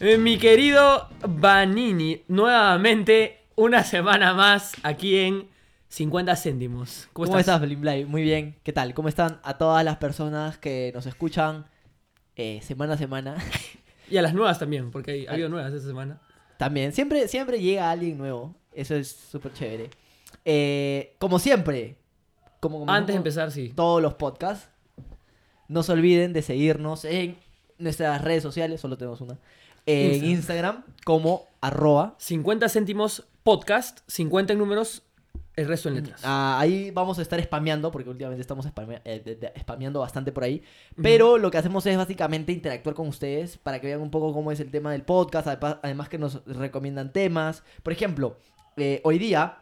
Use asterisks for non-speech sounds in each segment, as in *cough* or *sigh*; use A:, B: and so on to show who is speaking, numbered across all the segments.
A: Eh, Mi querido Banini, nuevamente una semana más aquí en 50 céntimos. ¿Cómo,
B: ¿Cómo,
A: estás?
B: estás, Belin Blay? Muy bien, ¿qué tal? ¿Cómo están a todas las personas que nos escuchan eh, semana a semana? *laughs*
A: Y a las nuevas también, porque hay- ha habido nuevas esta semana.
B: También, siempre, siempre llega alguien nuevo, eso es súper chévere. Eh, como siempre, como como
A: Antes de empezar, sí.
B: todos los podcasts, no se olviden de seguirnos en nuestras redes sociales, solo tenemos una, Eh, en
A: Instagram.
B: Instagram como arroba
A: 50 céntimos podcast, 50 en números, el resto en letras.
B: Ah, ahí vamos a estar spameando, porque últimamente estamos spamea- eh, de- de- spameando bastante por ahí. Pero lo que hacemos es básicamente interactuar con ustedes para que vean un poco cómo es el tema del podcast. adepa- Además que nos recomiendan temas. Por ejemplo, eh, hoy día,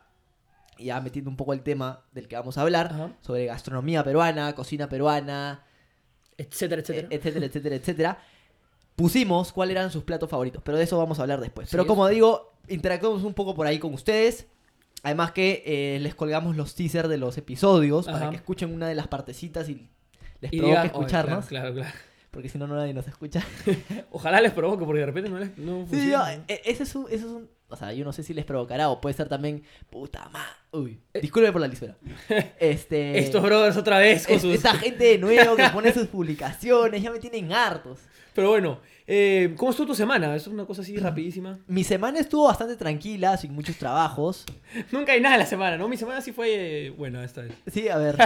B: ya metiendo un poco el tema del que vamos a hablar,
A: Ajá.
B: sobre gastronomía peruana, cocina peruana,
A: Etcétera, etcétera.
B: etcétera, e-, etcétera, etcétera, etcétera, pusimos cuáles eran sus platos favoritos, pero de eso vamos a hablar después.
A: Sí,
B: Pero
A: es-
B: como digo, interactuamos un poco por ahí con ustedes. Además que eh, les colgamos los teasers de los episodios
A: Ajá.
B: para que escuchen una de las partecitas y les
A: Y digan,
B: provoque
A: "Oye,
B: escucharnos,
A: claro, claro,
B: porque si no, no nadie nos escucha.
A: claro. *laughs* Ojalá les provoque, porque de repente no les no
B: *laughs* Sí, no,
A: funciona.
B: eh, ese es un, ese es un- O sea, yo no sé si les provocará o puede ser también... Puta ma... Uy,
A: Eh.
B: disculpe por la
A: *laughs*
B: lisura. Este...
A: Estos brothers otra vez con
B: es-
A: sus...
B: Esta gente de nuevo que pone sus publicaciones, ya me tienen hartos.
A: Pero bueno, eh, ¿cómo estuvo tu semana? Es una cosa así rapidísima. *laughs*
B: Mi semana estuvo bastante tranquila, sin muchos trabajos.
A: Nunca hay nada en la semana, ¿no? Mi semana sí fue eh, buena esta vez.
B: Sí, a
A: *laughs*
B: ver.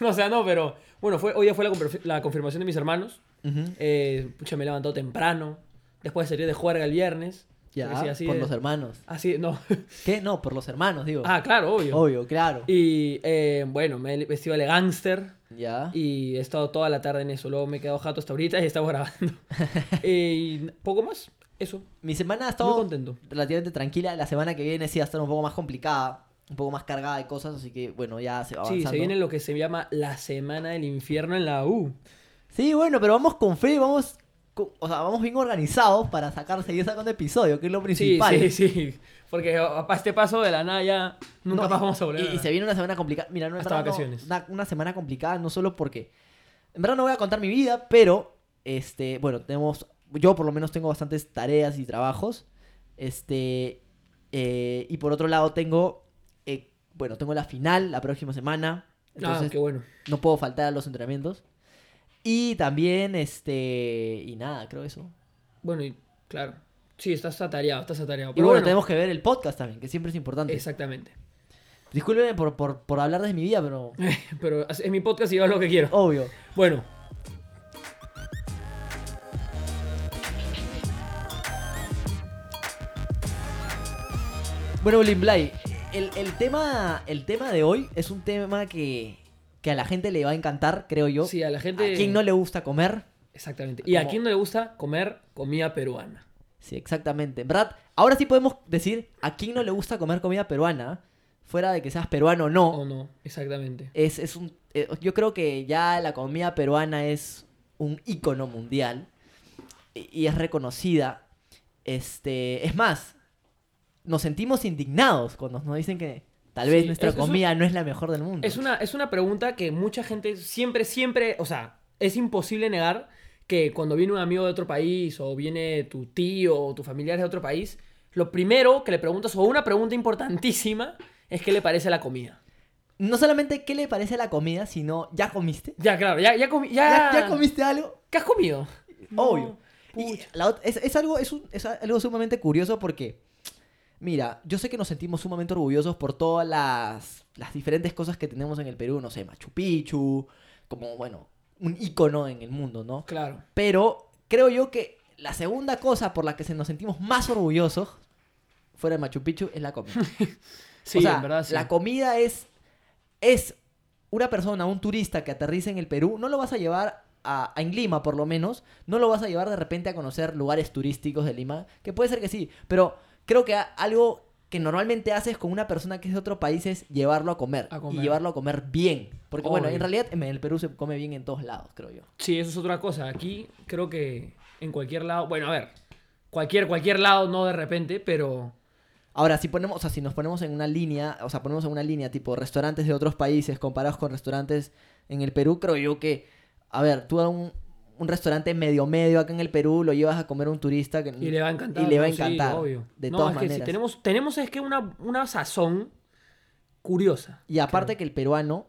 A: No, o sea, no, pero bueno, fue, hoy día fue la, confir- la confirmación de mis hermanos.
B: Ujú.
A: Eh, pucha, me he levantado temprano. Después salí de juerga el viernes.
B: Ya,
A: Porque sí, así
B: por
A: de-
B: los hermanos.
A: Así,
B: *laughs*
A: no.
B: ¿Qué? No, por los hermanos, digo.
A: ah, claro, obvio.
B: Obvio, claro.
A: Y eh, bueno, me he vestido de gangster.
B: Ya.
A: Y he estado toda la tarde en eso. Luego me he quedado jato hasta ahorita y estamos
B: *laughs*
A: grabando. y poco más. Eso.
B: Mi semana ha estado
A: Muy contento.
B: relativamente tranquila. La semana que viene sí va a estar un poco más complicada, un poco más cargada de cosas, así que bueno, ya se va
A: Sí,
B: avanzando.
A: se viene lo que se llama la semana del infierno en la U.
B: Sí, bueno, pero vamos con fe, vamos, con- o sea, vamos bien organizados para sacarse y sacando episodio, que es lo
A: Sí,
B: principal.
A: sí, sí. Porque a a este paso de la nada ya nunca
B: No,
A: más
B: y-
A: vamos a Ah, volver.
B: Y, y se viene una semana complicada. Mira, no, en
A: Hasta
B: verdad no-
A: vacaciones.
B: Una, una semana complicada, no solo porque. En verdad no voy a contar mi vida, pero. Este, bueno, tenemos. Yo por lo menos tengo bastantes tareas y trabajos. Este. eh, y por otro lado tengo. eh, bueno, tengo la final la próxima semana.
A: ah,
B: Entonces
A: qué bueno.
B: no puedo faltar a los entrenamientos. Y también, este. Y nada, creo eso.
A: Bueno, y claro. Sí, estás atareado, estás atareado.
B: Y
A: Pero
B: bueno,
A: bueno,
B: tenemos que ver el podcast también, que siempre es importante.
A: Exactamente. *laughs*
B: Discúlpenme por, por, por hablar de mi vida, pero.
A: Pero es es mi podcast y yo hago lo que quiero.
B: Obvio.
A: Bueno.
B: Bueno, Blimblay, el, el, tema, el tema de hoy es un tema que, que a la gente le va a encantar, creo yo.
A: Sí, a la gente-
B: ¿A quién no le gusta comer?
A: Exactamente. ¿Y a
B: Como-
A: quién no le gusta comer comida peruana?
B: Sí, exactamente. En verdad, ahora sí podemos decir a quién no le gusta comer comida peruana, fuera de que seas peruano o no.
A: ¿O no? Exactamente.
B: Es, es un, eh, yo creo que ya la comida peruana es un ícono mundial y, y es reconocida. Este, es más, nos sentimos indignados cuando nos dicen que tal vez
A: Sí,
B: nuestra
A: es- es un-
B: comida no es la mejor del mundo.
A: Es una, es una pregunta que mucha gente siempre, siempre, o sea, es imposible negar que cuando viene un amigo de otro país o viene tu tío o tu familiar de otro país, lo primero que le preguntas o una pregunta importantísima es qué le parece la comida.
B: No solamente qué le parece la comida, sino ¿ya comiste?
A: Ya, claro, ya, ya, comi- ya,
B: ¿Ya, ya comiste algo?
A: ¿Qué has comido?
B: Obvio.
A: No,
B: Y
A: pucha.
B: la ot- es, es algo, es, un- es algo sumamente curioso porque, mira, yo sé que nos sentimos sumamente orgullosos por todas las, las diferentes cosas que tenemos en el Perú, no sé, Machu Picchu, como, bueno, un ícono en el mundo, ¿no?
A: Claro.
B: Pero creo yo que la segunda cosa por la que se nos sentimos más orgullosos fuera de Machu Picchu es la comida.
A: Sí,
B: o sea,
A: en verdad sí.
B: la comida es, es una persona, un turista que aterriza en el Perú, no lo vas a llevar a, a en Lima por lo menos, no lo vas a llevar de repente a conocer lugares turísticos de Lima, que puede ser que sí, pero creo que a- algo que normalmente haces con una persona que es de otro país es llevarlo a comer,
A: A comer.
B: y llevarlo a comer bien, porque bueno,
A: Obvio.
B: en realidad en el Perú se come bien en todos lados, creo yo.
A: Sí, eso es otra cosa. Aquí creo que en cualquier lado, bueno, a ver, cualquier, cualquier lado, no de repente, pero
B: Ahora, si ponemos, o sea, si nos ponemos en una línea, o sea, ponemos en una línea tipo restaurantes de otros países comparados con restaurantes en el Perú, creo yo que, a ver, tú a un, un restaurante medio medio acá en el Perú, lo llevas a comer a un turista que
A: Y le va a encantar.
B: Y le va a
A: ¿no? Sí,
B: encantar.
A: obvio.
B: De
A: no,
B: todas
A: es que sí,
B: maneras.
A: tenemos, tenemos es que una, una sazón curiosa.
B: Y aparte que el peruano,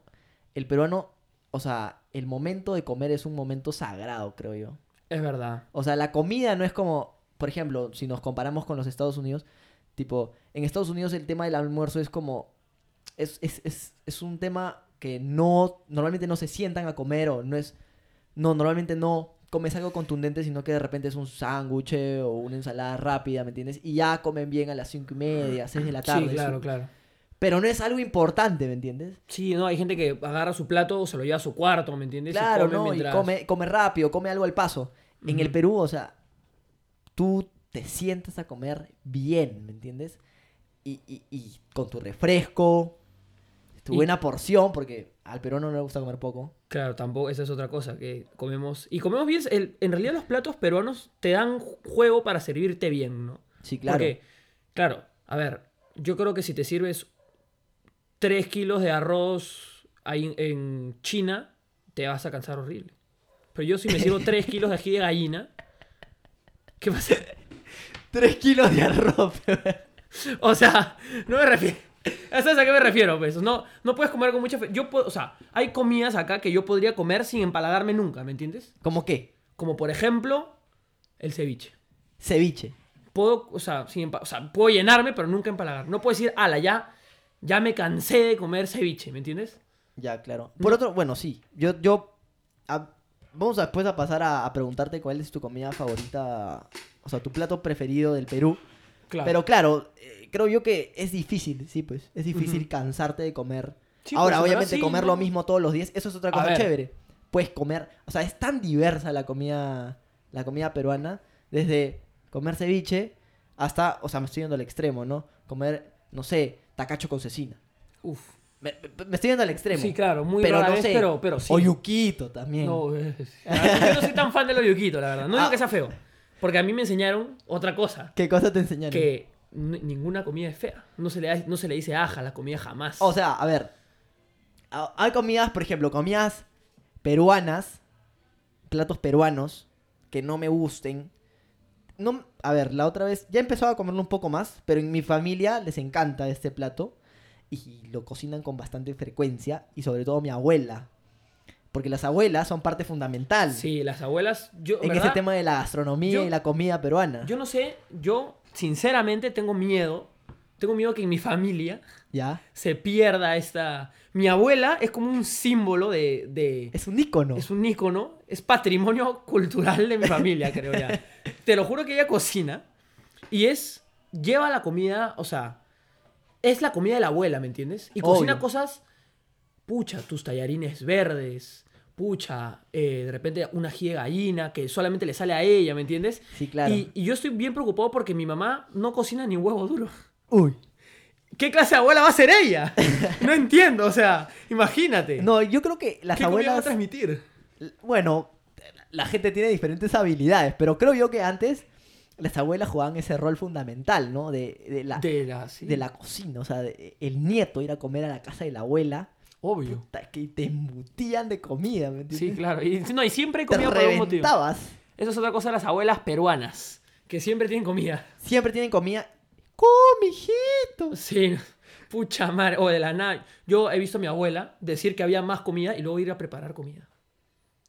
B: el peruano, o sea, el momento de comer es un momento sagrado, creo yo.
A: Es verdad.
B: O sea, la comida no es como, por ejemplo, si nos comparamos con los Estados Unidos, tipo, en Estados Unidos el tema del almuerzo es como, es, es, es, es un tema que no, normalmente no se sientan a comer o no es, no, normalmente no comes algo contundente, sino que de repente es un sándwich o una ensalada rápida, ¿me entiendes? Y ya comen bien a las cinco y media, seis de la tarde.
A: sí,
B: es
A: claro,
B: un-
A: claro.
B: Pero no es algo importante, ¿me entiendes?
A: Sí, no, hay gente que agarra su plato o se lo lleva a su cuarto, ¿me entiendes?
B: Claro,
A: come
B: ¿no?
A: mientras-
B: Y come, come rápido, come algo al paso. En el
A: Ujú.
B: Perú, o sea, tú te sientas a comer bien, ¿me entiendes? Y, y- y con tu refresco, tu
A: Y-
B: buena porción, porque al peruano no le gusta comer poco.
A: Claro, tampoco, esa es otra cosa, que comemos... Y comemos bien, el- en realidad los platos peruanos te dan juego para servirte bien, ¿no?
B: Sí, claro.
A: Porque, claro, a ver, yo creo que si te sirves 3 kilos de arroz ahí en, en China, te vas a cansar horrible. Pero yo si me sirvo 3 kilos de ají de gallina, ¿qué pasa?
B: Tres kilos de arroz. *laughs*
A: O sea, no me refiero. ¿Sabes a qué me refiero? Pues no, no puedes comer con mucha. fe- Yo puedo, o sea, hay comidas acá que yo podría comer sin empalagarme nunca, ¿me entiendes?
B: ¿Cómo qué?
A: Como por ejemplo, el ceviche.
B: Ceviche.
A: puedo, o sea, sin empa- o sea, puedo llenarme, pero nunca empalagar. No puedo decir, ala, ya, ya me cansé de comer ceviche, ¿me entiendes?
B: Ya, claro. Por otro, bueno, sí. Yo, yo. a- vamos a- después a pasar a, a preguntarte cuál es tu comida favorita, o sea, tu plato preferido del Perú.
A: Claro.
B: Pero claro, eh, creo yo que es difícil, sí, pues. Es difícil
A: Ujú.
B: cansarte de comer.
A: Sí,
B: Ahora,
A: pues, en
B: obviamente,
A: verdad sí,
B: comer
A: ¿no?
B: lo mismo todos los días, eso es otra
A: A
B: cosa
A: ver.
B: chévere. Puedes comer, o sea, es tan diversa la comida, la comida peruana, desde comer ceviche hasta, o sea, me estoy yendo al extremo, ¿no? Comer, no sé, tacacho con cecina.
A: Uf.
B: Me, me- me estoy yendo al extremo.
A: Sí, claro, muy rara vez, pero- pero sí.
B: O yuquito también.
A: No, *laughs* es- yo no soy tan fan de los yuquitos, la verdad. No digo
B: Ah.
A: que sea feo. Porque a mí me enseñaron otra cosa,
B: ¿Qué cosa te enseñaron?
A: que n- ninguna comida es fea. No se le, da- no se le dice aja a la comida jamás.
B: O sea, a ver. a- Hay comidas, por ejemplo, comidas peruanas, platos peruanos, que no me gusten. No, a ver, la otra vez ya empezaba a comerlo un poco más, pero en mi familia les encanta este plato y lo cocinan con bastante frecuencia y sobre todo mi abuela, porque las abuelas son parte fundamental
A: sí, las abuelas, yo,
B: en
A: ¿verdad?
B: ese tema de la gastronomía
A: Yo-
B: y la comida peruana.
A: yo no sé, yo sinceramente tengo miedo. Tengo miedo que en mi familia
B: ¿Ya?
A: se pierda esta... Mi abuela es como un símbolo de... de...
B: Es un ícono.
A: Es un ícono, es patrimonio cultural de mi familia, creo
B: *laughs*
A: ya. Te lo juro que ella cocina y es. lleva la comida, o sea. Es la comida de la abuela, ¿me entiendes? Y cocina
B: Obvio.
A: cosas. Pucha, tus tallarines verdes. Pucha, eh, de repente una ají de gallina que solamente le sale a ella, ¿me entiendes?
B: Sí, claro.
A: Y, y yo estoy bien preocupado porque mi mamá no cocina ni huevo duro.
B: Uy.
A: ¿Qué clase de abuela va a ser
B: *laughs*
A: ella? No entiendo, o sea, imagínate.
B: No, yo creo que las
A: ¿Qué comida va a
B: abuelas
A: transmitir?
B: Bueno, la gente tiene diferentes habilidades, pero creo yo que antes las abuelas jugaban ese rol fundamental, ¿no? De, de la,
A: De la, sí.
B: de la cocina, o sea, de- e, el nieto ir a comer a la casa de la abuela,
A: Obvio.
B: puta, que te embutían de comida, ¿me entiendes?
A: Sí, claro. Y, no, y siempre hay
B: Te
A: comida por algún motivo.
B: reventabas.
A: Eso es otra cosa de las abuelas peruanas, que siempre tienen comida.
B: Siempre tienen comida. ¡Come, mijito!
A: Sí, pucha madre. O de la nada. Yo he visto a mi abuela decir que había más comida y luego ir a preparar comida.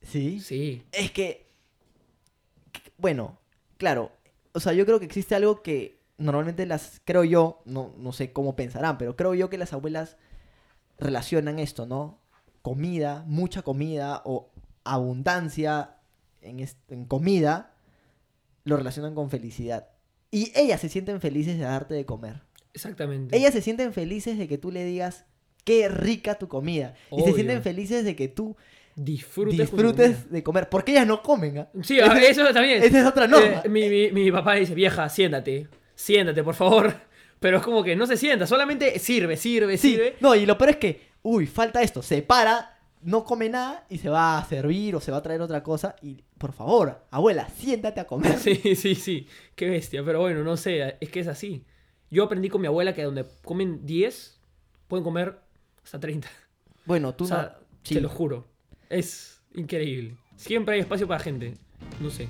B: Sí.
A: Sí.
B: Es que, que- bueno, claro, o sea, yo creo que existe algo que normalmente las, creo yo, no, no sé cómo pensarán, pero creo yo que las abuelas relacionan esto, ¿no? Comida, mucha comida o abundancia en, es- en comida, lo relacionan con felicidad. Y ellas se sienten felices de darte de comer.
A: Exactamente.
B: Ellas se sienten felices de que tú le digas, qué rica tu comida. Y se
A: Obvio.
B: sienten felices de que tú
A: disfrutes. con tu
B: disfrutes de comer. Porque ellas no comen, ¿ah?
A: comida. Sí, a ver, eso
B: *laughs*
A: también.
B: Esa
A: *laughs*
B: es otra norma.
A: Eh, mi, mi- mi papá dice, vieja, siéntate. Siéntate, por favor. *laughs* Pero es como que no se sienta, solamente sirve, sirve,
B: Sí,
A: sirve. *laughs*
B: no, y lo peor es que, uy, falta esto, se para, no come nada y se va a servir o se va a traer otra cosa y, por favor, abuela, siéntate a comer.
A: Sí, sí, sí. Qué bestia. Pero bueno, no sé. Es que es así. Yo aprendí con mi abuela que donde comen 10, pueden comer hasta 30.
B: Bueno, tú
A: o sea,
B: no... sí.
A: te lo juro. Es increíble. Siempre hay espacio para gente. No sé.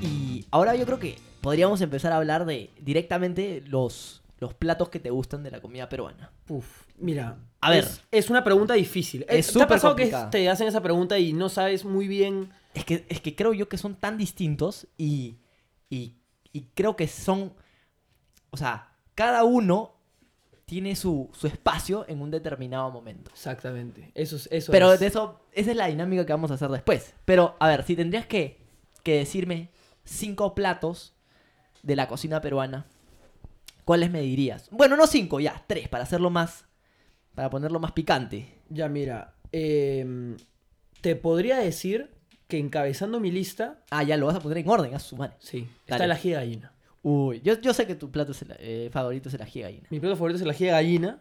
B: Y ahora yo creo que podríamos empezar a hablar de directamente los, los platos que te gustan de la comida peruana.
A: Uf, mira.
B: A ver.
A: Es, es una pregunta difícil.
B: Es
A: ¿Te ha
B: súper
A: pasado
B: complicada.
A: que te hacen esa pregunta y no sabes muy bien?
B: Es que, es que creo yo que son tan distintos y, y, y creo que son... O sea, cada uno tiene su, su espacio en un determinado momento.
A: Exactamente. Eso es. Eso
B: Pero
A: es.
B: de eso, esa es la dinámica que vamos a hacer después. Pero, a ver, si tendrías que, que decirme cinco platos de la cocina peruana, ¿cuáles me dirías? Bueno, no cinco, ya, tres, para hacerlo más, para ponerlo más picante.
A: Ya, mira. em, te podría decir que encabezando mi lista.
B: Ah, ya, lo vas a poner en orden, a su madre.
A: Sí.
B: Dale.
A: Está la ají de gallina.
B: Uy, yo, yo sé que tu plato es el, eh, favorito es el ají de gallina.
A: Mi plato favorito es el ají de gallina.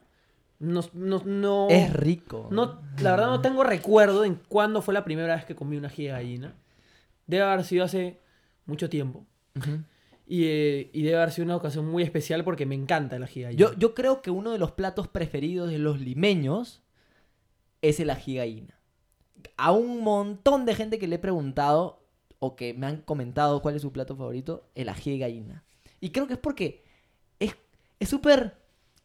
A: No. no, no
B: Es rico.
A: No, la verdad no tengo recuerdo en cuándo fue la primera vez que comí una ají de gallina. Debe haber sido hace mucho tiempo.
B: Ujú.
A: Y, eh, y debe haber sido una ocasión muy especial porque me encanta el ají de gallina.
B: Yo, yo creo que uno de los platos preferidos de los limeños es el ají gallina. A un montón de gente que le he preguntado o que me han comentado cuál es su plato favorito, el ají gallina. Y creo que es porque es es súper,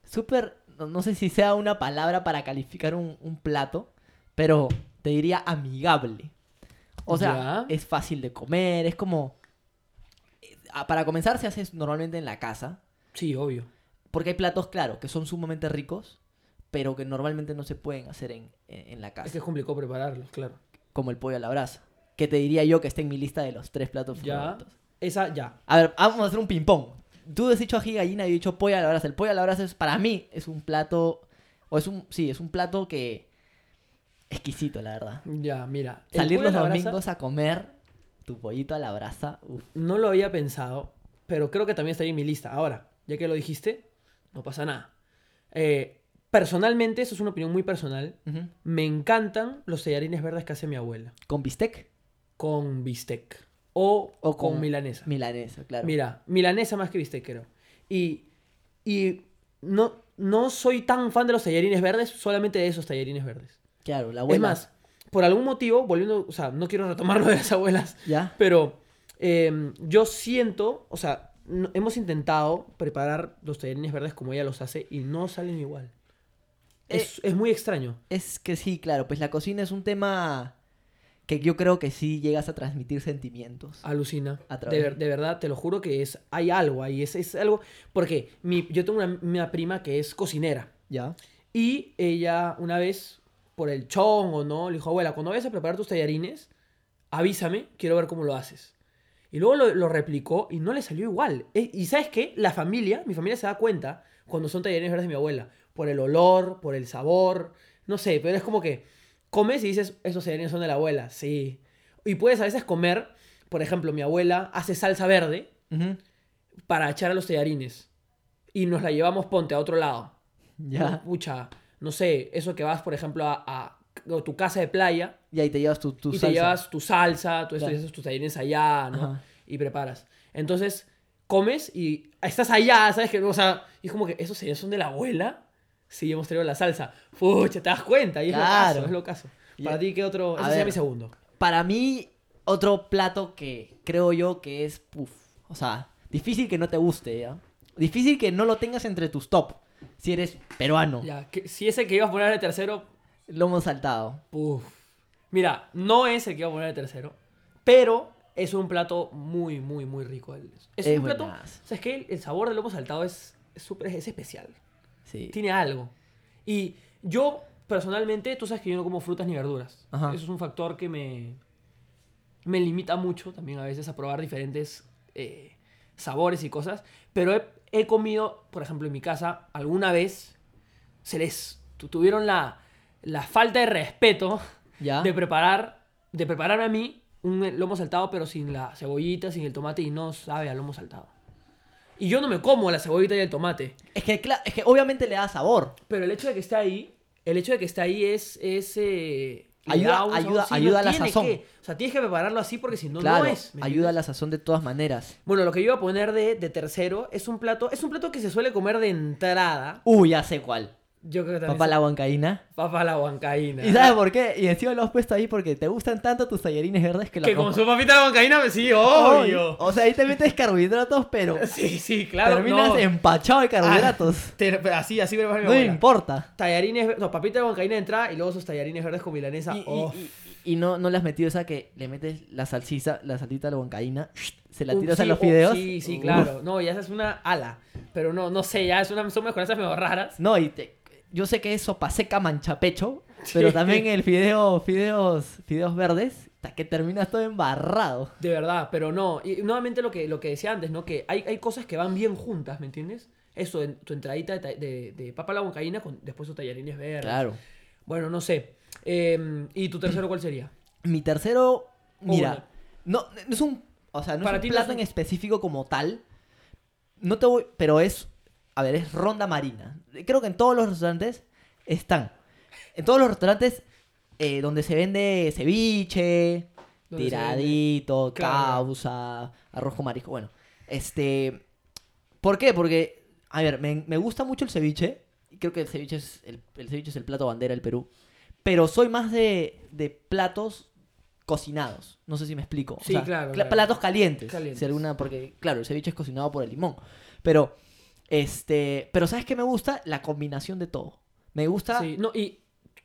B: súper, no, no sé si sea una palabra para calificar un, un plato, pero te diría amigable. O
A: Ya.
B: sea, es fácil de comer, es como... eh, ah, Para comenzar se hace normalmente en la casa,
A: Sí, obvio.
B: porque hay platos, claro, que son sumamente ricos, pero que normalmente no se pueden hacer en, en- en la casa.
A: Es que es complicado prepararlos, claro.
B: Como el pollo a la brasa. Que te diría yo que está en mi lista de los tres platos
A: Ya.
B: favoritos.
A: Esa, ya.
B: A ver, vamos a hacer un ping-pong. Tú has dicho ají de gallina y yo he dicho pollo a la brasa. El pollo a la brasa es, para mí, es un plato... O es un... Sí, es un plato que... Exquisito, la verdad.
A: Ya, mira. El
B: Salir
A: pollo a
B: los
A: la brasa,
B: domingos a comer tu pollito a la brasa. uf.
A: No lo había pensado, pero creo que también está ahí en mi lista. Ahora, ya que lo dijiste, no pasa nada. Eh, personalmente, eso es una opinión muy personal.
B: Ujú.
A: Me encantan los tallarines verdes que hace mi abuela.
B: Con bistec.
A: con bistec o,
B: O
A: con,
B: con
A: milanesa.
B: Milanesa, claro.
A: Mira, milanesa más que bistec, creo. Y, y no, no soy tan fan de los tallarines verdes, solamente de esos tallarines verdes.
B: Claro, la abuela.
A: Es más, por algún motivo, volviendo, o sea, no quiero retomar lo de las abuelas,
B: ¿Ya?
A: pero eh, yo siento, o sea, no- hemos intentado preparar los tallarines verdes como ella los hace y no salen igual.
B: Eh,
A: Es, es muy extraño.
B: Es que sí, claro, pues la cocina es un tema que yo creo que sí llegas a transmitir sentimientos.
A: Ah. Alucina.
B: A
A: de,
B: través-
A: ver- de verdad, te lo juro que es hay algo ahí. Es, es algo. Porque mi, yo tengo una, una prima que es cocinera.
B: ¿Ya?
A: Y ella, una vez, por el chongo, ¿no? Le dijo, abuela, cuando vayas a preparar tus tallarines, avísame, quiero ver cómo lo haces. Y luego lo, lo replicó y no le salió igual. E- y ¿sabes qué? La familia, mi familia se da cuenta cuando son tallarines verdes de mi abuela. Por el olor, por el sabor, no sé, pero es como que comes y dices, esos tallarines son de la abuela, sí. Y puedes a veces comer, por ejemplo, mi abuela hace salsa verde
B: Ujú,
A: para echar a los tallarines. Y nos la llevamos, ponte, a otro lado.
B: Ya.
A: Pucha, no sé, eso que vas, por ejemplo, a, a- o tu casa de playa
B: Y ahí te llevas tu, tu
A: y
B: salsa.
A: te llevas tu salsa, tú esto,
B: Claro.
A: y haces tus tallerines allá, ¿no?
B: Ajá.
A: Y preparas. Entonces, comes y estás allá, ¿sabes que O sea, y es como que esos tallarines son de la abuela. Sí, hemos traído la salsa. Pucha, te das cuenta, y es lo
B: Claro.
A: caso, es lo caso.
B: Y-
A: Para ti, ¿qué otro?
B: a
A: Ese sería
B: ver.
A: mi segundo.
B: Para mí, otro plato que creo yo que es, puf, o sea, difícil que no te guste, ¿ya? Difícil que no lo tengas entre tus top, si eres peruano.
A: Ya, que- si ese que ibas a poner de tercero,
B: Lomo saltado.
A: Uf. Mira, no es el que iba a poner el tercero, pero es un plato muy, muy, muy rico. El- Es,
B: Es
A: un plato.
B: buenazo.
A: O sea, es que el, el sabor del lomo saltado es es súper, es, especial.
B: Sí.
A: Tiene algo. Y yo, personalmente, tú sabes que yo no como frutas ni verduras.
B: Ajá.
A: Eso es un factor que me, me limita mucho también a veces a probar diferentes eh, sabores y cosas. Pero he, he comido, por ejemplo, en mi casa, alguna vez se les tu- tuvieron la, la falta de respeto
B: ¿Ya?
A: de preparar de prepararme a mí un lomo saltado pero sin la cebollita sin el tomate y no sabe a lomo saltado y yo no me como la cebollita y el tomate
B: Es, que, cla- es que obviamente le da sabor.
A: pero el hecho de que esté ahí el hecho de que esté ahí es es eh, le
B: Ayuda-
A: da un sabor,
B: ayuda-
A: no
B: ayuda a la
A: tiene
B: sazón.
A: que- o sea tienes que prepararlo así porque si no no
B: claro,
A: es ¿me
B: ayuda a
A: entiendes?
B: la sazón de todas maneras.
A: bueno lo que yo iba a poner de, de tercero es un plato es un plato que se suele comer de entrada
B: Uy, ya sé cuál.
A: Yo creo que también.
B: Papá la huancaína.
A: Papá la huancaína.
B: ¿Y sabes por qué? Y encima lo has puesto ahí porque te gustan tanto tus tallarines verdes que lo
A: *laughs* Que con su papita la huancaína, pues sí, obvio.
B: O sea, ahí te metes carbohidratos,
A: *laughs*
B: pero
A: Sí, sí, claro.
B: terminas
A: no.
B: empachado
A: Ah,
B: de
A: *laughs*
B: carbohidratos.
A: te- así, así me pasa a mi
B: no me
A: abuela.
B: importa.
A: Tallarines, ver- no, papita de huancaína de entrada y luego sus tallarines verdes con milanesa.
B: Y, y-
A: oh.
B: y- y no, no le has metido esa que le metes la salsita, la salsita a la huancaína, se la
A: Uh,
B: tiras a
A: sí,
B: los
A: oh,
B: fideos.
A: Sí, sí,
B: Uf.
A: claro. No, ya esa es una ala. Pero no, no sé, ya es una, son mejoranzas medio raras.
B: No, y te- yo sé que es sopa seca manchapecho,
A: *laughs*
B: pero también el fideo, fideos, fideos verdes, hasta que terminas todo embarrado.
A: De verdad, pero no. Y nuevamente lo que, lo que decía antes, ¿no? Que hay, hay cosas que van bien juntas, ¿me entiendes? Eso, en, tu entradita de, ta- de, de papa a la huancaína con después sus tallarines verdes.
B: Claro.
A: Bueno, no sé. Eh, ¿Y tu tercero cuál sería?
B: Mi tercero, mira, no, no es un, o sea, no
A: Oh, Para
B: es
A: ti
B: un
A: no
B: plato
A: es un-
B: en específico como tal. No te voy, pero es, a ver, es ronda marina. Creo que en todos los restaurantes están. En todos los restaurantes eh, donde se vende ceviche,
A: Donde se
B: tiradito,
A: vende- Claro.
B: causa, arroz con marisco, bueno. Este, ¿por qué? Porque, a ver, me, me gusta mucho el ceviche. y Creo que el ceviche es el, el ceviche es el plato bandera del Perú. Pero soy más de, de platos cocinados. No sé si me explico.
A: Sí, claro,
B: cla-
A: claro.
B: Platos calientes.
A: Calientes.
B: Si alguna, porque, claro, el ceviche es cocinado por el limón. Pero, este, pero ¿sabes qué me gusta? La combinación de todo. Me gusta,
A: Sí, no, y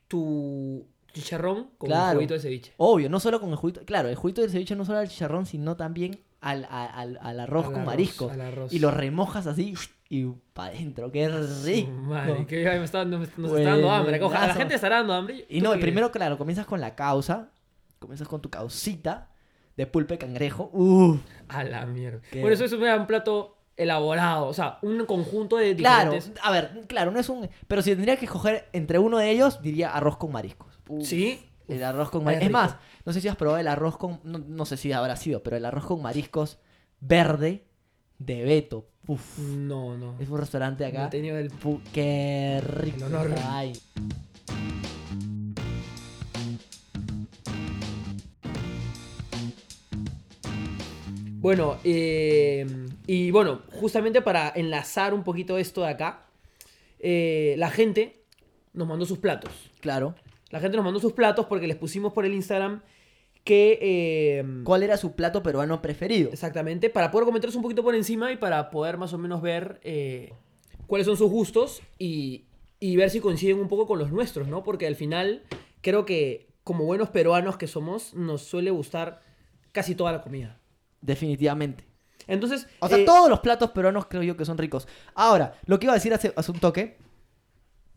A: tu chicharrón con un
B: Claro.
A: juguito de ceviche.
B: obvio, no solo con el juguito. Claro, el juguito del ceviche no solo al chicharrón, sino también al, a- al- al arroz
A: Al
B: con marisco.
A: al arroz.
B: Y lo remojas así y para adentro. ¡Qué rico!
A: Madre, que ay, me está dando, nos está dando hambre. Ojalá la
B: Buenazo.
A: gente estará dando hambre.
B: Y
A: ¿Tú
B: no,
A: qué
B: y primero, claro, comienzas con la causa. Comienzas con tu causita de pulpe cangrejo. ¡Uf!
A: crees? A la mierda.
B: ¿Qué?
A: Bueno, eso es un un plato elaborado. O sea, un conjunto de
B: Claro,
A: diferentes...
B: a ver, claro, no es un. Pero si tendría que escoger entre uno de ellos, diría arroz con mariscos. Uf,
A: ¿Sí?
B: El arroz con
A: es
B: mariscos. Es
A: rico.
B: más, no sé si has probado el arroz con. No, no sé si habrá sido, pero el arroz con mariscos verde de Beto. Uf.
A: No, no.
B: Es un restaurante
A: No
B: acá.
A: he tenido el...
B: Pu- Qué rico.
A: El honor.
B: Ay.
A: Bueno, eh, y bueno, justamente para enlazar un poquito esto de acá, eh, la gente nos mandó sus platos.
B: Claro.
A: La gente nos mandó sus platos porque les pusimos por el Instagram que... eh,
B: ¿Cuál era su plato peruano preferido?
A: Exactamente, para poder comentaros un poquito por encima y para poder más o menos ver eh, cuáles son sus gustos y, y ver si coinciden un poco con los nuestros, ¿no? Porque al final creo que como buenos peruanos que somos, nos suele gustar casi toda la comida.
B: Definitivamente.
A: Entonces,
B: O sea,
A: eh,
B: todos los platos peruanos creo yo que son ricos. Ahora, lo que iba a decir hace, hace un toque.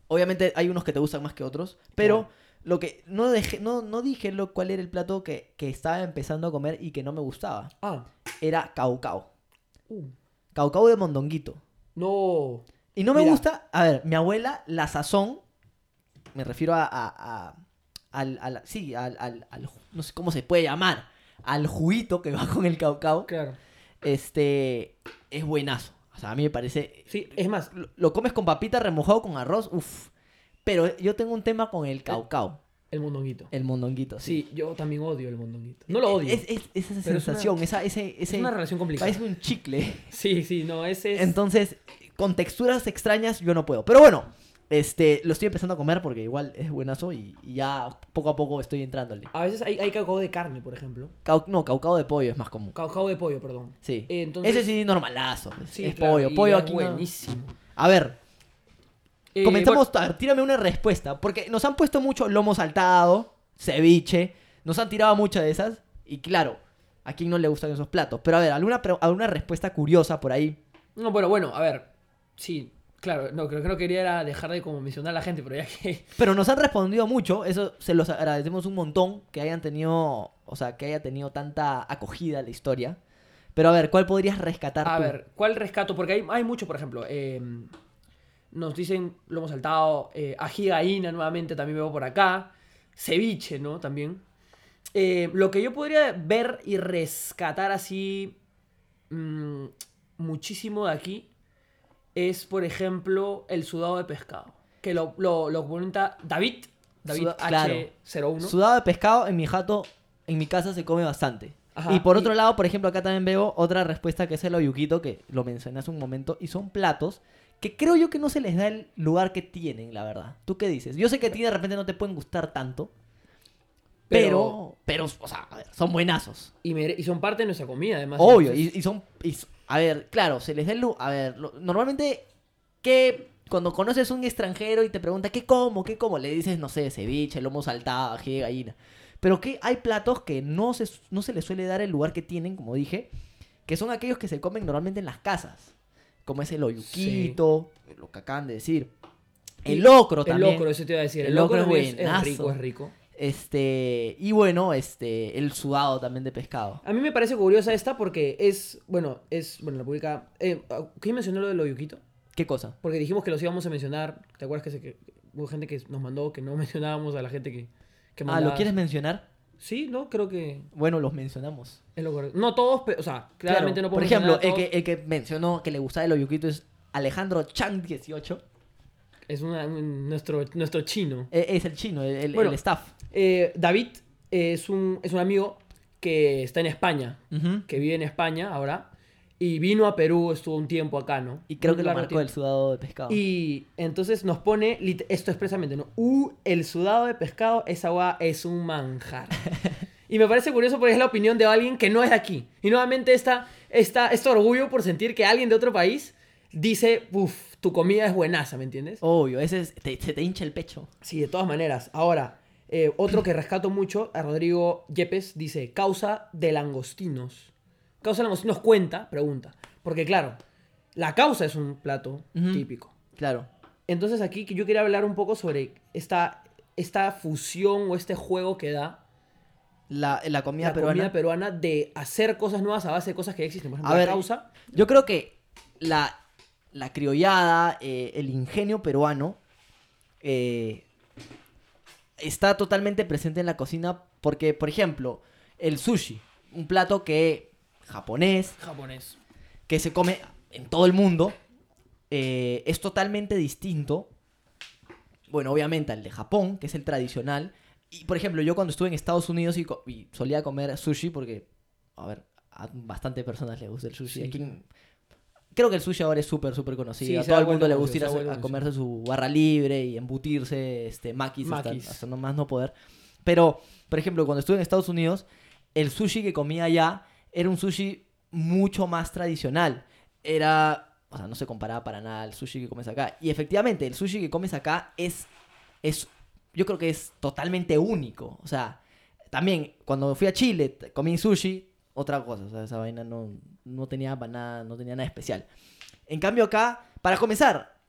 B: Obviamente hay unos que te gustan más que otros, pero
A: Bueno.
B: lo que no dejé, no, no dije lo, cuál era el plato que, que estaba empezando a comer y que no me gustaba.
A: Ah,
B: Era caucao.
A: uh,
B: Caucao de mondonguito.
A: no.
B: Y no me
A: Mira.
B: gusta, a ver, mi abuela, la sazón, me refiero a, a- a- al, al- sí, al, al- al ju- no sé cómo se puede llamar, al juguito que va con el caucao,
A: Claro.
B: este, es buenazo. O sea, a mí me parece,
A: Sí, es más,
B: lo, lo comes con papita remojado con arroz, uff. Pero yo tengo un tema con el caucao,
A: el mondonguito.
B: el mondonguito.
A: Sí, yo también odio el mondonguito. No lo odio.
B: Es, es- es
A: Pero
B: esa
A: es una-
B: sensación, esa, ese,
A: es
B: ese,
A: una relación complicada.
B: parece un chicle.
A: Sí, sí, no, ese es...
B: Entonces, con texturas extrañas yo no puedo. Pero bueno, este, lo estoy empezando a comer porque igual es buenazo y, y ya poco a poco estoy entrándole.
A: A veces hay, hay cacao de carne, por ejemplo.
B: Cau- no, caucao de pollo es más común.
A: Cacao de pollo, perdón.
B: Sí.
A: Eh, entonces-
B: Ese sí, normalazo. Es,
A: Sí,
B: es
A: claro,
B: pollo.
A: y
B: Pollo
A: es
B: aquí. no-
A: Buenísimo.
B: A ver,
A: Eh,
B: comenzamos. a ver, tírame una respuesta. Porque nos han puesto mucho lomo saltado, ceviche. Nos han tirado muchas de esas. Y claro, a quién no le gustan esos platos. Pero a ver, alguna, pre- alguna respuesta curiosa por ahí.
A: No, bueno, bueno, a ver. Sí, claro, no, creo que no quería era dejar de como mencionar a la gente, pero ya que.
B: Pero nos han respondido mucho, eso se los agradecemos un montón que hayan tenido, o sea, que haya tenido tanta acogida la historia. Pero a ver, ¿cuál podrías rescatar
A: A
B: tú?
A: ver, ¿cuál rescato? Porque hay, hay mucho, por ejemplo. eh, nos dicen lomo saltado, eh, ají de gallina nuevamente también veo por acá. Ceviche, ¿no? También. Eh, lo que yo podría ver y rescatar así mm, muchísimo de aquí es, por ejemplo, el sudado de pescado. Que lo, lo, lo comenta David, David
B: Suda- claro.
A: H01.
B: Sudado de pescado en mi jato, en mi casa se come bastante.
A: Ajá,
B: y por
A: y-
B: otro lado, por ejemplo, acá también veo otra respuesta que es el oyuquito que lo mencioné hace un momento y son platos que creo yo que no se les da el lugar que tienen, la verdad. ¿Tú qué dices? Yo sé que a ti de repente no te pueden gustar tanto, pero, pero, o sea, a ver, son buenazos.
A: Y, mere- y son parte de nuestra comida, además.
B: Obvio,
A: Entonces,
B: y, y son, y s- a ver, claro, se les da el lu- a ver, lo- normalmente, que cuando conoces un extranjero y te pregunta, ¿qué como? ¿qué como? Le dices, no sé, ceviche, lomo saltado, ají de gallina. Pero que hay platos que no se, no se les suele dar el lugar que tienen, como dije, que son aquellos que se comen normalmente en las casas, como es el oyuquito, lo que acaban de decir. El
A: Y
B: locro
A: El
B: también.
A: locro, eso te iba a decir. El,
B: El
A: locro,
B: locro es
A: es, es
B: buenazo.
A: rico, es rico.
B: Este, y bueno, este, el sudado también de pescado.
A: A mí me parece curiosa esta porque es, bueno, es, bueno, la pública... Eh, ¿Quién mencionó lo del oyuquito?
B: ¿Qué cosa?
A: Porque dijimos que los íbamos a mencionar. ¿Te acuerdas que, se- que hubo gente que nos mandó que no *laughs* mencionábamos a la gente que, que
B: Ah,
A: mandaba?
B: ¿lo quieres mencionar?
A: Sí, no, creo que
B: Bueno, los mencionamos.
A: es lo correcto. No todos, pero, o sea, claramente
B: Claro,
A: no
B: Por
A: podemos
B: ejemplo,
A: mencionar
B: el
A: a
B: que, el que mencionó que le gustaba el oyuquito es Alejandro Chang 18.
A: todos. Es una- un- nuestro, nuestro chino.
B: Eh, Es el chino, el, el-
A: Bueno.
B: el staff.
A: Eh, David es un, es un amigo que está en España,
B: Ujú.
A: que vive en España ahora, y vino a Perú, estuvo un tiempo acá, ¿no?
B: Y creo
A: Un
B: que lo
A: largo
B: marcó
A: tiempo.
B: el sudado de pescado.
A: Y entonces nos pone lit- esto expresamente, ¿no? Uh, el sudado de pescado, esa agua es un manjar. Y me parece curioso porque es la opinión de alguien que no es de aquí. Y nuevamente está esta, este orgullo por sentir que alguien de otro país dice, uff, tu comida es buenaza, ¿me entiendes?
B: Obvio, ese es- te, se te hincha el pecho.
A: Sí, de todas maneras. Ahora, eh, otro que rescato mucho, a Rodrigo Yepes, dice, causa de langostinos. Causa de langostinos cuenta, pregunta. Porque claro, la causa es un plato
B: Ujú.
A: típico.
B: Claro.
A: Entonces aquí que yo quería hablar un poco sobre esta, esta fusión o este juego que da
B: La, la comida
A: la
B: peruana.
A: comida peruana de hacer cosas nuevas a base de cosas que ya existen. Por ejemplo,
B: A
A: la
B: ver,
A: causa.
B: Yo creo que la, la criollada, eh, el ingenio peruano, eh, está totalmente presente en la cocina porque, por ejemplo, el sushi, un plato que japonés,
A: Japonés.
B: que se come en todo el mundo, eh, es totalmente distinto, bueno, obviamente al de Japón, que es el tradicional. Y, por ejemplo, yo cuando estuve en Estados Unidos y, co- y solía comer sushi, porque, a ver, a bastante personas les gusta el sushi.
A: Sí.
B: Aquí- creo que el sushi ahora es súper, súper conocido.
A: Sí,
B: a
A: se
B: todo
A: ha
B: el mundo
A: vuelto
B: le
A: conocido,
B: gusta
A: se ha
B: ir a, su-
A: vuelto
B: a
A: conocido.
B: comerse su barra libre y embutirse este, maquis, hasta-
A: Makis.
B: hasta no más no poder. Pero, por ejemplo, cuando estuve en Estados Unidos, el sushi que comía allá era un sushi mucho más tradicional. Era, o sea, no se comparaba para nada al sushi que comes acá. Y efectivamente, el sushi que comes acá es, es yo creo que es totalmente único. O sea, también cuando fui a Chile t- comí sushi, otra cosa. O sea, esa vaina no, no tenía para nada, no tenía nada especial. En cambio acá, para comenzar,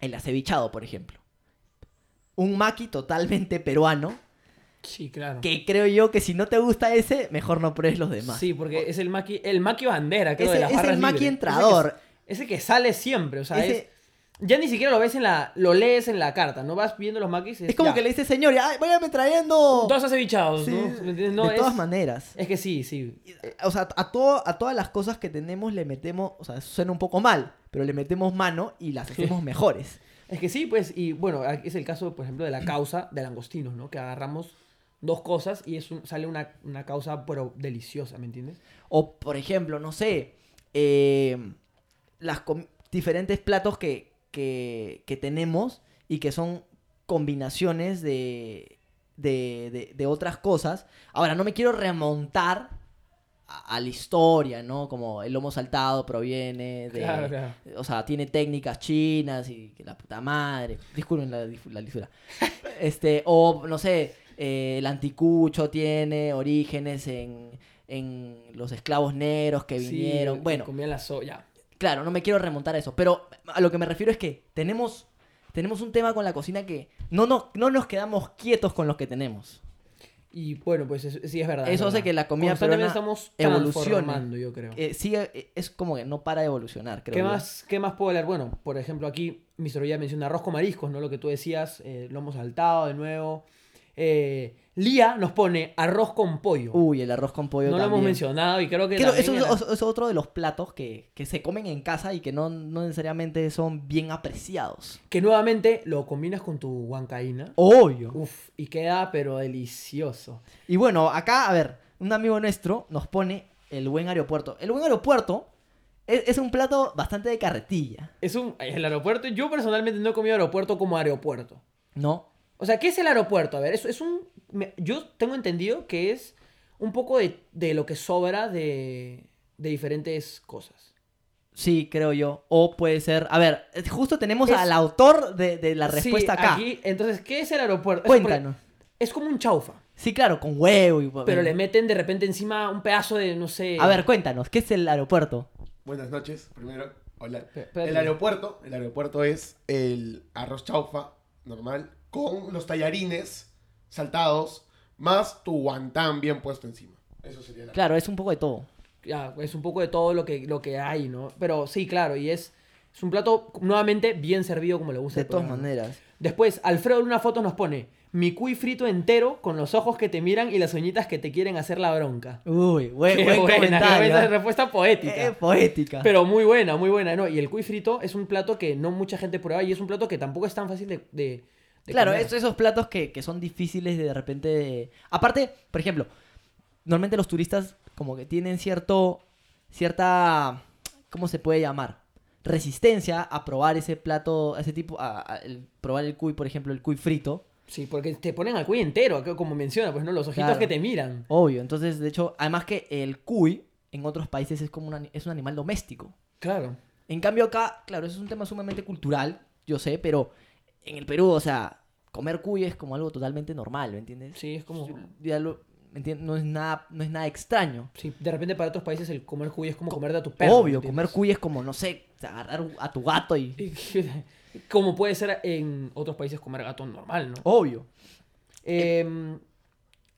B: el acevichado, por ejemplo. Un maki totalmente peruano,
A: Sí, claro.
B: que creo yo que si no te gusta ese, mejor no pruebes los demás.
A: Sí, porque es el maki, el maki bandera, creo,
B: Ese
A: de las
B: es
A: barras
B: el maki
A: libres.
B: entrador.
A: Ese que, ese que sale siempre, o sea,
B: Ese-
A: es- ya ni siquiera lo ves en la, lo lees en la carta, no vas viendo los makis.
B: es como
A: ya,
B: que le dice, señor, ya, váyame trayendo.
A: Dos acevichados,
B: Sí,
A: ¿no? ¿Me entiendes? No,
B: de
A: es,
B: todas maneras.
A: es que sí, sí.
B: O sea, a, todo, a todas las cosas que tenemos le metemos, o sea, eso suena un poco mal, pero le metemos mano y las
A: *laughs*
B: hacemos mejores.
A: Es que sí, pues, y bueno, aquí es el caso, por ejemplo, de
B: *clears throat*
A: la causa de langostinos, ¿no? Que agarramos dos cosas y es un- sale una, una causa, pero deliciosa, ¿me entiendes?
B: O, por ejemplo, no sé, eh, las com- diferentes platos que, que, que tenemos y que son combinaciones de, de, de- de otras cosas. Ahora, no me quiero remontar a, a la historia, ¿no? Como el lomo saltado proviene de...
A: Claro, claro.
B: O sea, tiene técnicas chinas y que la puta madre. Disculpen la, dif-
A: *laughs*
B: la lisura. Este, o no sé, eh, el anticucho tiene orígenes en, en los esclavos negros que
A: Sí, eh,
B: vinieron.
A: que
B: bueno,
A: Comían la soya.
B: claro, no me quiero remontar a eso, pero a lo que me refiero es que tenemos, tenemos un tema con la cocina que no nos, no nos quedamos quietos con los que tenemos.
A: Y bueno, pues es- sí es verdad. es
B: Eso hace
A: verdad.
B: que la comida
A: Constantemente
B: peruana
A: estamos
B: evolucione.
A: transformando, yo creo.
B: Eh, sigue- eh, es como que no para de evolucionar, creo.
A: ¿Qué
B: yo.
A: más, ¿Qué más puedo hablar? Bueno, por ejemplo, aquí mi ya menciona arroz con mariscos, ¿no? Lo que tú decías, eh, lo hemos saltado de nuevo. Eh, Lía nos pone arroz con pollo.
B: Uy, el arroz con pollo
A: no lo
B: Uh, también.
A: hemos mencionado y creo que
B: Creo-
A: también
B: eso,
A: en la-
B: es, eso es otro de los platos que, que se comen en casa y que no, no necesariamente son bien apreciados.
A: que nuevamente lo combinas con tu huancaína.
B: Obvio.
A: Uf, y queda pero delicioso.
B: Y bueno, acá, a ver, un amigo nuestro nos pone el buen aeropuerto. El buen aeropuerto Es, es un plato bastante de carretilla,
A: Es un, el aeropuerto, yo personalmente no he comido aeropuerto como aeropuerto.
B: ¿no?
A: O sea, ¿qué es el aeropuerto? A ver, es, es un... me- Yo tengo entendido que es un poco de, de lo que sobra de, de diferentes cosas.
B: Sí, creo yo. O puede ser. A ver, es- justo tenemos
A: Es-
B: al autor de, de la
A: Sí,
B: respuesta acá.
A: aquí- entonces, ¿qué es el aeropuerto? Eso porque
B: Cuéntanos.
A: Es como un chaufa,
B: Sí, claro, con huevo y.
A: pero le meten de repente encima un pedazo de, no sé...
B: A ver, cuéntanos, ¿qué es el aeropuerto?
C: Buenas noches, primero. Hola.
A: Pe- espérate.
C: El aeropuerto, el aeropuerto es el arroz chaufa normal con los tallarines saltados más tu guantán bien puesto encima. Eso sería el
B: Claro, es un poco de todo.
A: ya, es un poco de todo lo que, lo que hay, ¿no? Pero sí, claro, y es, es un plato nuevamente bien servido como le gusta.
B: De
A: al
B: todas
A: programa.
B: maneras.
A: Después, Alfredo en una foto nos pone mi cuy frito entero con los ojos que te miran y las uñitas que te quieren hacer la bronca.
B: Uy, buen,
A: Qué
B: buen
A: buena,
B: comentario.
A: esa
B: ¿eh?
A: respuesta poética.
B: Eh, poética.
A: Pero muy buena, muy buena. No, y el cuy frito es un plato que no mucha gente prueba y es un plato que tampoco es tan fácil de. de- de
B: claro,
A: comer.
B: es- esos platos que, que son difíciles de, de repente. de- Aparte, por ejemplo, normalmente los turistas como que tienen cierto. cierta. ¿Cómo se puede llamar? Resistencia a probar ese plato, a ese tipo, a, a el- probar el cuy, por ejemplo, el cuy frito.
A: Sí, porque te ponen al cuy entero, que- como menciona, pues no, los ojitos
B: Claro.
A: que te miran.
B: Obvio, entonces, de hecho, además que el cuy en otros países es como un, ani- es un animal doméstico.
A: Claro.
B: En cambio acá, claro, eso es un tema sumamente cultural, yo sé, pero en el Perú, o sea, comer cuy es como algo totalmente normal, ¿me entiendes?
A: Sí, es como.
B: Ya lo- ¿me entiendes? No es nada, no es nada extraño.
A: Sí, de repente para otros países el comer cuy es como comer de a tu perro.
B: Obvio,
A: ¿me
B: comer
A: entiendes?
B: cuy es como, no sé, agarrar a tu gato y...
A: *laughs* Como puede ser en otros países comer gato normal, ¿no?
B: Obvio.
A: Eh,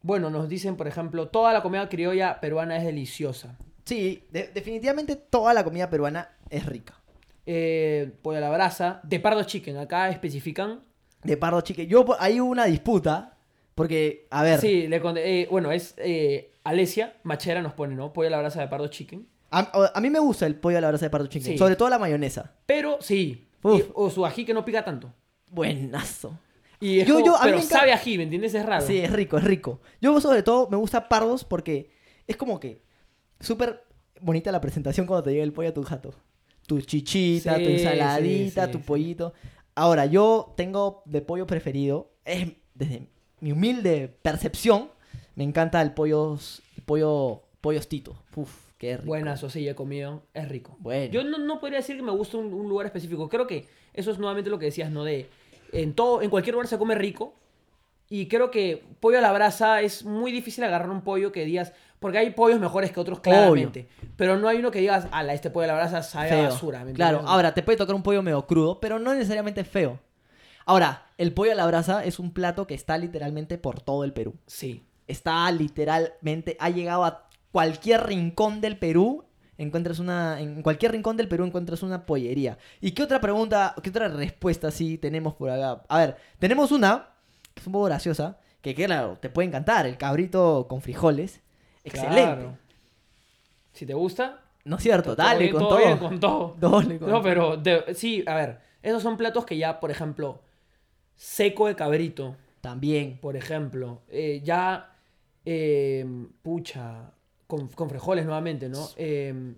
A: bueno, nos dicen, por ejemplo, toda la comida criolla peruana es deliciosa.
B: Sí, de- definitivamente toda la comida peruana es rica.
A: Eh, pollo a la brasa, de pardo chicken, acá especifican.
B: De pardo chique. Yo, po- ahí hubo una disputa, porque, a ver,
A: Sí, le conté- eh, bueno, es eh, Alesia, Machera nos pone, ¿no? Pollo a la brasa de pardo chicken.
B: a, a mí me gusta el pollo a la brasa de pardo chique,
A: Sí.
B: sobre todo la mayonesa.
A: Pero sí,
B: Uf.
A: y- o su ají que no pica tanto.
B: Buenazo.
A: Y es
B: Yo-
A: como-
B: yo- a mí
A: pero
B: me encanta-
A: sabe a ají, ¿me entiendes? Es raro.
B: Sí, es rico, es rico. Yo sobre todo me gusta pardos porque es como que súper bonita la presentación cuando te llega el pollo a tu jato. Tu chichita,
A: Sí,
B: tu ensaladita,
A: sí, sí,
B: tu
A: sí.
B: pollito. Ahora, yo tengo de pollo preferido, es desde mi humilde percepción, me encanta el pollo, el pollo, pollos tito. Uf, qué rico.
A: Buenas, o sí, he comido, es rico.
B: Bueno.
A: Yo no, no podría decir que me gusta un, un lugar específico. Creo que eso es nuevamente lo que decías, ¿no? De en todo, en cualquier lugar se come rico. Y creo que pollo a la brasa es muy difícil agarrar un pollo que digas. Porque hay pollos mejores que otros, claramente. Pero no hay uno que digas, ala, este pollo a la brasa sabe a
B: Feo.
A: basura. ¿me
B: claro,
A: entiendes?
B: ahora te puede tocar un pollo medio crudo, pero no necesariamente feo. Ahora, el pollo a la brasa es un plato que está literalmente por todo el Perú.
A: Sí.
B: está literalmente, ha llegado a cualquier rincón del Perú. Encuentras una, en cualquier rincón del Perú encuentras una pollería. ¿Y qué otra pregunta, qué otra respuesta sí tenemos por acá? A ver, tenemos una, que es un poco graciosa, que claro, te puede encantar, el cabrito con frijoles. Excelente.
A: Claro. Si te gusta,
B: ¿No es cierto? Dale,
A: bien,
B: con todo.
A: todo bien, con todo.
B: *laughs* Dale, con
A: No,
B: todo.
A: pero de- sí, a ver. Esos son platos que ya, por ejemplo, seco de cabrito.
B: También.
A: por ejemplo, eh, ya, eh, pucha, con, con frijoles nuevamente, ¿no? Eh,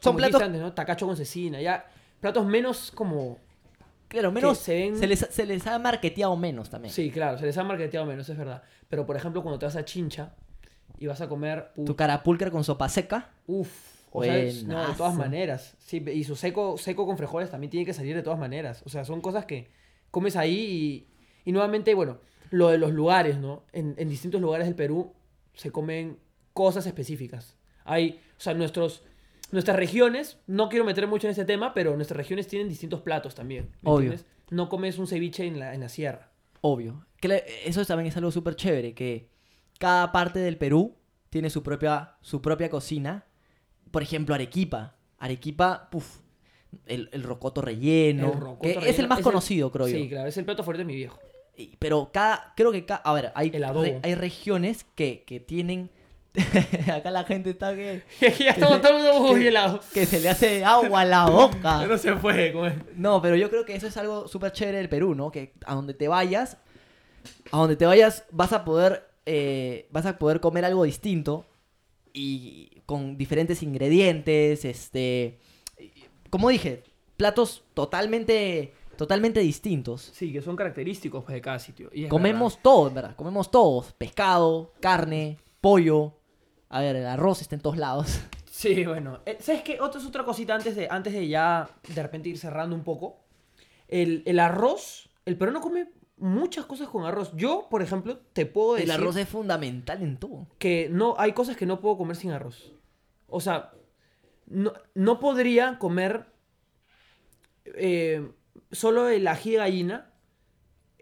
A: como dijiste
B: platos-
A: antes, ¿no? Tacacho con cecina, ya platos menos como...
B: Claro, menos.
A: se ven-
B: se, les, se les ha marketeado menos también.
A: Sí, claro, se les ha marketeado menos, es verdad. Pero, por ejemplo, cuando te vas a Chincha y vas a comer...
B: Tu carapulcra con sopa seca.
A: Uf, o sea, es- no, de todas
B: Buenazo.
A: maneras. Sí, y su seco, seco con frijoles también tiene que salir de todas maneras. O sea, son cosas que comes ahí y, y nuevamente, bueno, lo de los lugares, ¿no? En, en distintos lugares del Perú se comen cosas específicas. Hay, o sea, nuestros, nuestras regiones, no quiero meter mucho en este tema, pero nuestras regiones tienen distintos platos también. ¿me
B: Obvio.
A: entiendes? No comes un ceviche en la, en la sierra.
B: Obvio. Que la- eso también es algo súper chévere, que cada parte del Perú tiene su propia, su propia cocina. Por ejemplo, Arequipa. Arequipa, puf, el, el rocoto relleno.
A: El rocoto
B: que Es el
A: relleno
B: más conocido, creo yo.
A: Sí, claro, es el plato favorito de mi viejo. *laughs*
B: Y- Pero cada, creo que cada, a ver, hay,
A: El adobo.
B: re- hay regiones que, que tienen... *laughs* Acá la gente está que,
A: ya
B: *laughs*
A: estamos todos muy helados.
B: que se le hace agua a
A: *laughs*
B: la boca.
A: No se puede comer.
B: No, pero yo creo que eso es algo súper chévere del Perú, ¿no? Que a donde te vayas, a donde te vayas vas a poder, eh, vas a poder comer algo distinto y con diferentes ingredientes, este, como dije, platos totalmente, totalmente distintos.
A: Sí, que son característicos pues, de cada sitio. y es
B: Comemos todo, en verdad. Comemos todos. Pescado, carne, pollo. A ver, el arroz está en todos lados.
A: verdad. Sí, bueno. Eh, ¿Sabes qué? Otra es otra cosita antes de, antes de ya de repente ir cerrando un poco. El, el arroz, el peruano come muchas cosas con arroz. Yo, por ejemplo, te puedo decir
B: El arroz es fundamental en todo.
A: que no hay cosas que no puedo comer sin arroz. O sea, no, no podría comer eh, solo el ají de gallina.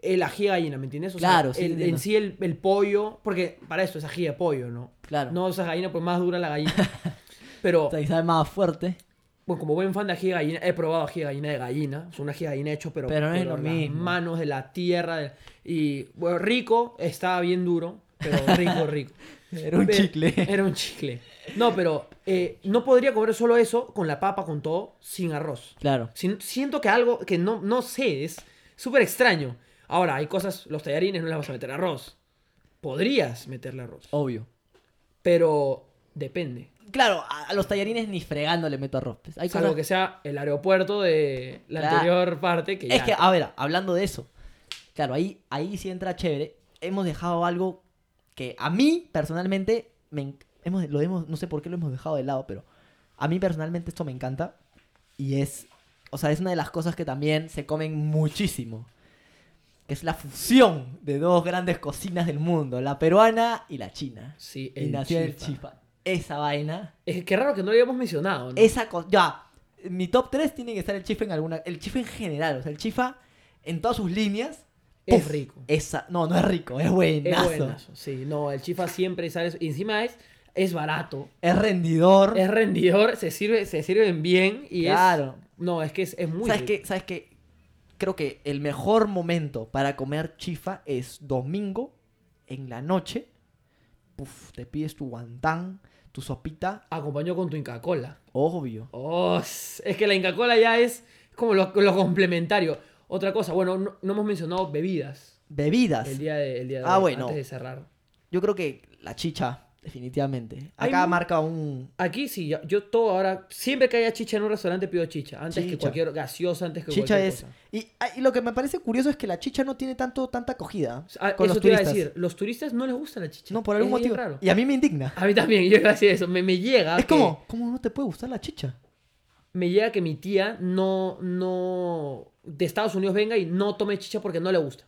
A: El ají de gallina, ¿me entiendes? O sea,
B: Claro, sí, te
A: el- en
B: entiendo.
A: sí el, el pollo. Porque para esto es ají de pollo, ¿no?
B: Claro.
A: No, o sea, gallina, pues más dura la gallina.
B: *laughs*
A: Pero,
B: O sea, y sabe más fuerte.
A: bueno, como buen fan de ají de gallina, he probado ají de gallina de gallina. Es un ají de gallina hecho, pero,
B: Pero no es lo
A: las
B: mismo.
A: manos de la tierra. de- y, bueno, rico, estaba bien duro, pero
B: *laughs*
A: rico, rico.
B: Era un
A: Pe-
B: chicle.
A: Era un chicle. No, pero eh, no podría comer solo eso con la papa, con todo, sin arroz.
B: Claro.
A: Sin- siento que algo que no, no sé, es súper extraño. Ahora, hay cosas, los tallarines no les vas a meter arroz. Podrías meterle arroz.
B: Obvio.
A: Pero depende.
B: Claro, a, a los tallarines ni fregando le meto arroz. pues. Hay
A: Salvo
B: cosas-
A: que sea el aeropuerto de la
B: Claro.
A: anterior parte que ya...
B: Es que, a ver, hablando de eso. Claro, ahí, ahí sí entra chévere. Hemos dejado algo que a mí, personalmente, me en- hemos, lo hemos, no sé por qué lo hemos dejado de lado, pero a mí personalmente esto me encanta. Y es, o sea, es una de las cosas que también se comen muchísimo. Que es la fusión de dos grandes cocinas del mundo, la peruana y la china.
A: Sí,
B: Y
A: el
B: nació el
A: chifa.
B: chifa. Esa vaina.
A: Es que raro que no lo hayamos mencionado, ¿no?
B: Esa cosa. Ya. en Mi top 3 tiene que estar el chifa en alguna. El chifa en general. O sea, el chifa en todas sus líneas.
A: Es
B: ¡puf!
A: rico.
B: Esa, no, no es rico. Es buenazo.
A: Es
B: Es,
A: buenazo. Sí, no, el chifa siempre sale... Y encima es, es barato.
B: rendidor.
A: Es rendidor, se sirve, se sirven bien y es.
B: claro.
A: No, es que es, es muy.
B: ¿Sabes
A: rico.
B: qué? ¿Sabes qué? Creo que el mejor momento para comer chifa es domingo en la noche. Puf, te pides tu guantán, tu sopita.
A: Acompañó con tu Inca Cola.
B: Obvio.
A: Oh, s- es que la Inca Cola ya es como lo, lo complementario. Otra cosa, bueno, no, no hemos mencionado bebidas
B: Bebidas.
A: el día de, el día de
B: Ah,
A: hoy,
B: bueno.
A: antes de cerrar.
B: Yo creo que la chicha, definitivamente.
A: Hay
B: Acá
A: mu-
B: marca un,
A: Aquí sí, ya- yo todo ahora, siempre que haya chicha en un restaurante pido chicha. Antes que
B: Chicha.
A: cualquier gaseosa, antes que
B: Chicha
A: cualquier
B: es.
A: cosa.
B: Y, ah, y lo que me parece curioso es que la chicha no tiene tanto, tanta acogida.
A: Ah,
B: con
A: eso
B: los
A: te iba a
B: turistas.
A: decir, los turistas no les gusta la chicha.
B: No, por algún
A: Es bien
B: motivo.
A: raro. Ah,
B: Y a mí me indigna.
A: A mí también, *laughs* yo iba a decir eso. Me, me llega.
B: es
A: que-
B: como, ¿cómo no te puede gustar la chicha?
A: me llega que mi tía no, no, de Estados Unidos venga y no tome chicha porque no le gusta.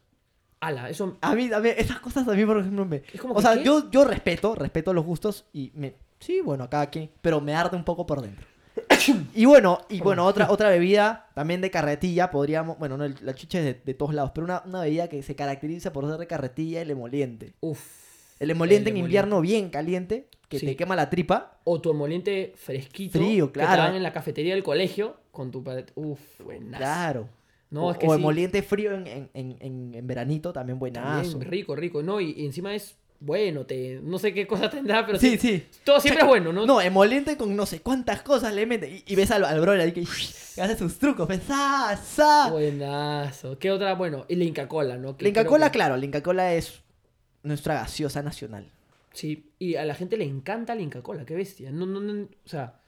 A: Ala, eso,
B: A mí, a mí, esas cosas a mí, por ejemplo, me.
A: Es como
B: o
A: que,
B: sea,
A: ¿qué?
B: yo, yo respeto, respeto los gustos y me. Sí, bueno, acá aquí. Pero me arde un poco por dentro.
A: *coughs*
B: Y bueno,
A: Oh.
B: y bueno, otra, otra bebida también de carretilla, podríamos. Bueno, no, el- la chicha es de, de todos lados, pero una, una bebida que se caracteriza por ser de carretilla, el emoliente.
A: uff.
B: El emoliente en
A: emoliente.
B: invierno bien caliente, que
A: Sí.
B: te quema la tripa.
A: O tu emoliente fresquito.
B: Frío,
A: Que te
B: claro.
A: dan en la cafetería del colegio con tu palet. Uff, buenazo.
B: Claro.
A: No,
B: o,
A: es que
B: o
A: sí.
B: emoliente frío en, en, en- en- en veranito también
A: También,
B: buenazo.
A: rico, rico. No, y, y encima es bueno, te, no sé qué cosa *laughs* tendrá, pero
B: Sí,
A: sí,
B: sí.
A: todo siempre es bueno, ¿no?
B: No, emoliente con no sé cuántas cosas le mete. Y, y ves al, al brother ahí que, que hace sus trucos. Ves, ¡ah, sa!
A: Buenazo. ¿Qué otra? Bueno, y la Inca Cola, ¿no? Que
B: La Inca
A: creo
B: Cola,
A: que-
B: claro, la Inca Cola es nuestra gaseosa nacional.
A: Sí, y a la gente le encanta la Inca Cola, qué bestia. No, no, no, o sea,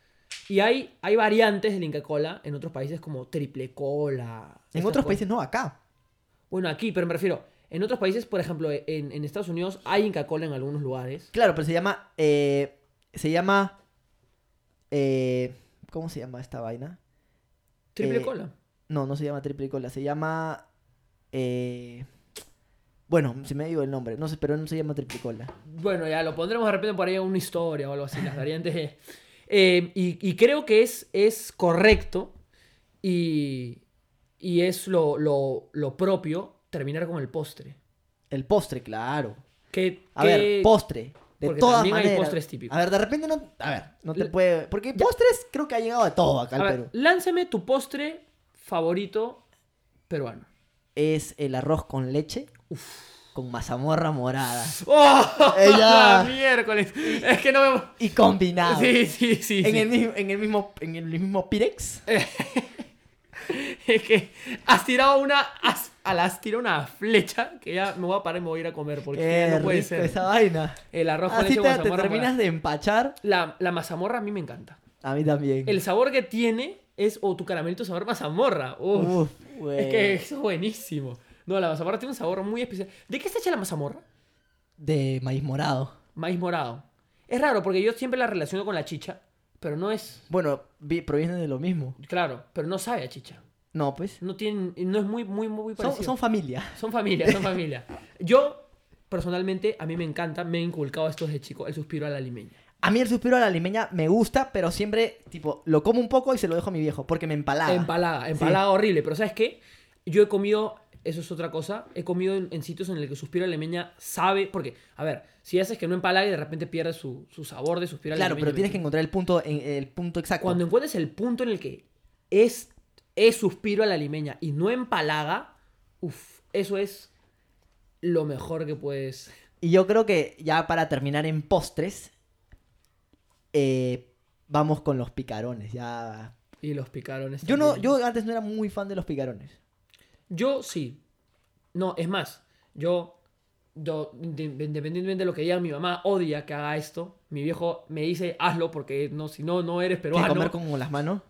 A: y hay, hay variantes de la Inca Cola en otros países como triple cola.
B: En
A: esas cosas.
B: otros países no, acá.
A: Bueno, aquí, pero me refiero, en otros países, por ejemplo, en, en Estados Unidos hay Inca Cola en algunos lugares.
B: Claro, pero se llama. eh, se llama. eh, ¿Cómo se llama esta vaina?
A: Triple
B: Eh,
A: cola.
B: No, no se llama triple cola, se llama. eh, Bueno, se me dio el nombre, no sé, pero no se llama triple cola.
A: Bueno, ya lo pondremos de repente por ahí en una historia o algo así, las variantes. de- *laughs* Eh, y, y creo que es, es correcto y, y es lo, lo, lo propio terminar con el postre.
B: El postre, claro.
A: Que,
B: A
A: que-
B: ver, postre. De
A: Porque
B: todas
A: también hay
B: maneras.
A: postres típicos.
B: A ver, de repente no. A ver, no
A: Le-
B: te puede. Porque postres creo que ha llegado de todo acá
A: A
B: al
A: ver,
B: Perú.
A: lánzame tu postre favorito peruano.
B: Es el arroz con leche. Con mazamorra morada.
A: ¡Oh!
B: *laughs*
A: *laughs*
B: Ella-
A: miércoles! Es que no me...
B: Y combinado.
A: Sí, sí, sí.
B: en,
A: sí.
B: El mismo, en el mismo. En el mismo Pirex.
A: Es que has tirado una... Has, a la- has tirado una flecha que ya me voy a parar y me voy a ir a comer porque
B: Qué
A: ya no puede
B: rico
A: ser.
B: esa vaina.
A: El arroz con
B: Así
A: leche
B: Ah, te,
A: con
B: te
A: mazamorra
B: terminas
A: morada.
B: de empachar.
A: La, la mazamorra a mí me encanta.
B: A mí también.
A: El sabor que tiene es o tu caramelito sabor mazamorra. Uf.
B: Uf, güey.
A: es que eso es buenísimo. No, la mazamorra tiene un sabor muy especial. ¿De qué está hecha la mazamorra?
B: De maíz morado.
A: Maíz morado. Es raro porque yo siempre la relaciono con la chicha, pero no es.
B: Bueno, vi- provienen de lo mismo.
A: Claro, pero no sabe a chicha.
B: No, pues.
A: No tienen, no es muy, muy, muy
B: Son,
A: parecido.
B: son familia.
A: Son familia, son familia. Yo, personalmente, a mí me encanta, me he inculcado esto desde chico, el suspiro a la limeña.
B: A mí el suspiro a la limeña me gusta, pero siempre, tipo, lo como un poco y se lo dejo a mi viejo, porque me empalaga.
A: Empalada, empalada horrible. Pero ¿sabes qué? Yo he comido, eso es otra cosa, he comido en, en sitios en los que suspiro a la limeña sabe, porque, a ver, si haces que no empalague, de repente pierde su, su sabor de suspiro a la
B: Claro,
A: limeña.
B: pero tienes que encontrar el punto, en- el punto exacto.
A: Cuando encuentres el punto en el que es, es suspiro a la limeña y no empalaga, uff, eso es lo mejor que puedes...
B: Y yo creo que ya para terminar en postres, eh, vamos con los picarones. Ya.
A: Y los picarones.
B: Yo no,
A: también.
B: yo antes no era muy fan de los picarones.
A: Yo sí. No, es más, yo, yo, inde- independientemente de lo que diga mi mamá, odia que haga esto. Mi viejo me dice, hazlo porque no, si no, ah, no eres
B: ¿Qué,
A: peruano.
B: comer con las manos?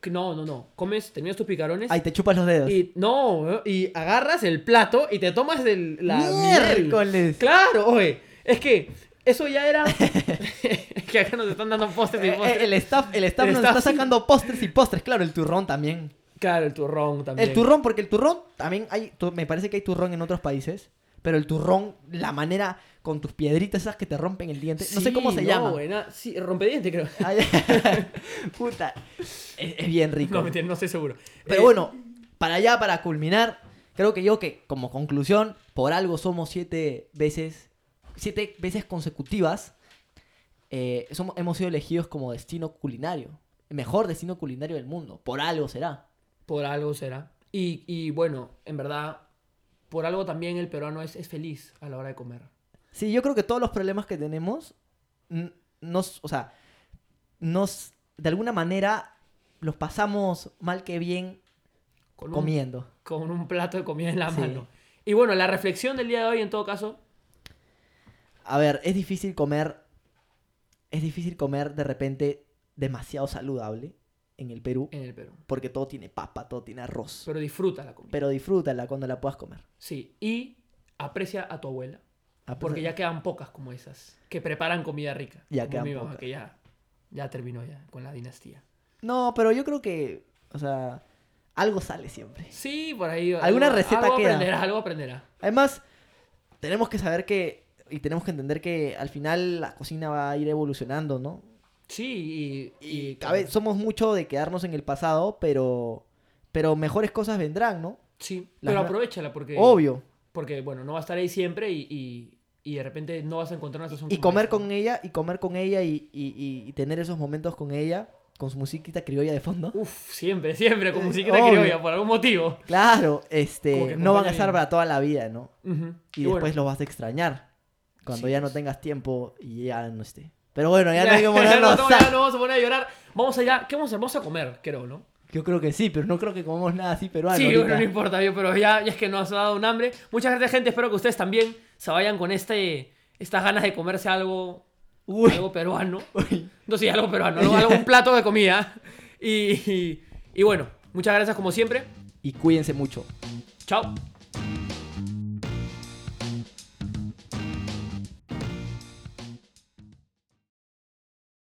A: Que No, no, no. Comes, terminas tus picarones
B: Ay, te chupas los dedos.
A: y no, y agarras el plato y te tomas del, la miel.
B: Miércoles.
A: Claro, oye. Es que eso ya era... *laughs* que acá nos están dando *laughs* postes y
B: Eh,
A: postes.
B: eh, el staff, el staff
A: El
B: nos
A: staff.
B: está sacando postres y postres. Claro, el turrón también.
A: Claro, el turrón también.
B: El turrón, porque el turrón también hay. tu- me parece que hay turrón en otros países. Pero el turrón, la manera con tus piedritas esas que te rompen el diente. no sé cómo
A: Sí,
B: se
A: no,
B: llama.
A: buena- Sí, rompediente creo.
B: Ay, *laughs* Puta. Es, es bien
A: *laughs*
B: rico.
A: No, mentira, no estoy seguro.
B: Pero
A: Eh,
B: bueno, para allá, para culminar, creo que yo que como conclusión, por algo somos siete veces, siete veces consecutivas, eh, somos, hemos sido elegidos como destino culinario, el mejor destino culinario del mundo, por algo será.
A: Por algo será. Y, y bueno, en verdad, por algo también el peruano es, es feliz a la hora de comer.
B: Sí, yo creo que todos los problemas que tenemos, n- nos, o sea, nos, de alguna manera, los pasamos mal que bien
A: Con un,
B: comiendo.
A: Con un plato de comida en la
B: Sí.
A: mano. Y bueno, la reflexión del día de hoy, en todo caso,
B: A ver, es difícil comer. Es difícil comer de repente demasiado saludable en el Perú.
A: en el Perú.
B: Porque todo tiene papa, todo tiene
A: Eh.
B: arroz.
A: Pero disfruta la comida.
B: Pero disfrútala cuando la puedas comer.
A: Sí. Y aprecia a tu abuela.
B: Ah, pues,
A: Porque ya quedan pocas como esas. Que preparan comida rica.
B: Ya
A: como
B: quedan
A: mi mamá,
B: pocas.
A: que ya, ya terminó ya con la dinastía.
B: No, pero yo creo que. O sea. Algo sale siempre.
A: Sí, por ahí.
B: Alguna
A: algo-
B: receta
A: algo
B: queda.
A: aprenderá, algo aprenderá.
B: Además, tenemos que saber que. Y tenemos que entender que al final la cocina va a ir evolucionando, ¿no?
A: Sí, y...
B: Y, a ver, somos mucho de quedarnos en el pasado, pero. Pero mejores cosas vendrán, ¿no?
A: Sí,
B: las
A: pero
B: nue-
A: aprovechala porque...
B: Obvio.
A: Porque, bueno, no va a estar ahí siempre y, y- y de repente no vas a encontrar una situación
B: y
A: como
B: comer
A: esta.
B: con ella y comer con ella y, y- y- y tener esos momentos con ella con su musiquita criolla de fondo
A: Uf, siempre, siempre, con musiquita
B: obvio.
A: criolla, por algún motivo.
B: claro
A: Como
B: este
A: que
B: no van a
A: acompaña
B: estar
A: bien.
B: para toda la vida no
A: Ujú.
B: y,
A: bueno,
B: después los vas a extrañar cuando
A: Sí,
B: ya no
A: pues.
B: tengas tiempo y ya no esté pero bueno ya no
A: *laughs*
B: hay que
A: ya
B: ponernos
A: no, ya no vamos a poner a llorar. Vamos allá, ¿qué vamos a, vamos a comer? Creo, ¿no?
B: *laughs* yo creo que sí pero no creo que comamos nada así peruano
A: sí,
B: ahorita.
A: bueno, no importa, yo, pero ya, ya es que nos ha dado un hambre. Muchas gracias, gente. Espero que ustedes también se vayan con este, estas ganas de comerse algo,
B: Uy,
A: algo peruano.
B: uy.
A: No, sí, algo peruano, ¿no?
B: *laughs*
A: algo, un plato de comida. Y, y, y bueno, muchas gracias como siempre.
B: y cuídense mucho
A: Chao.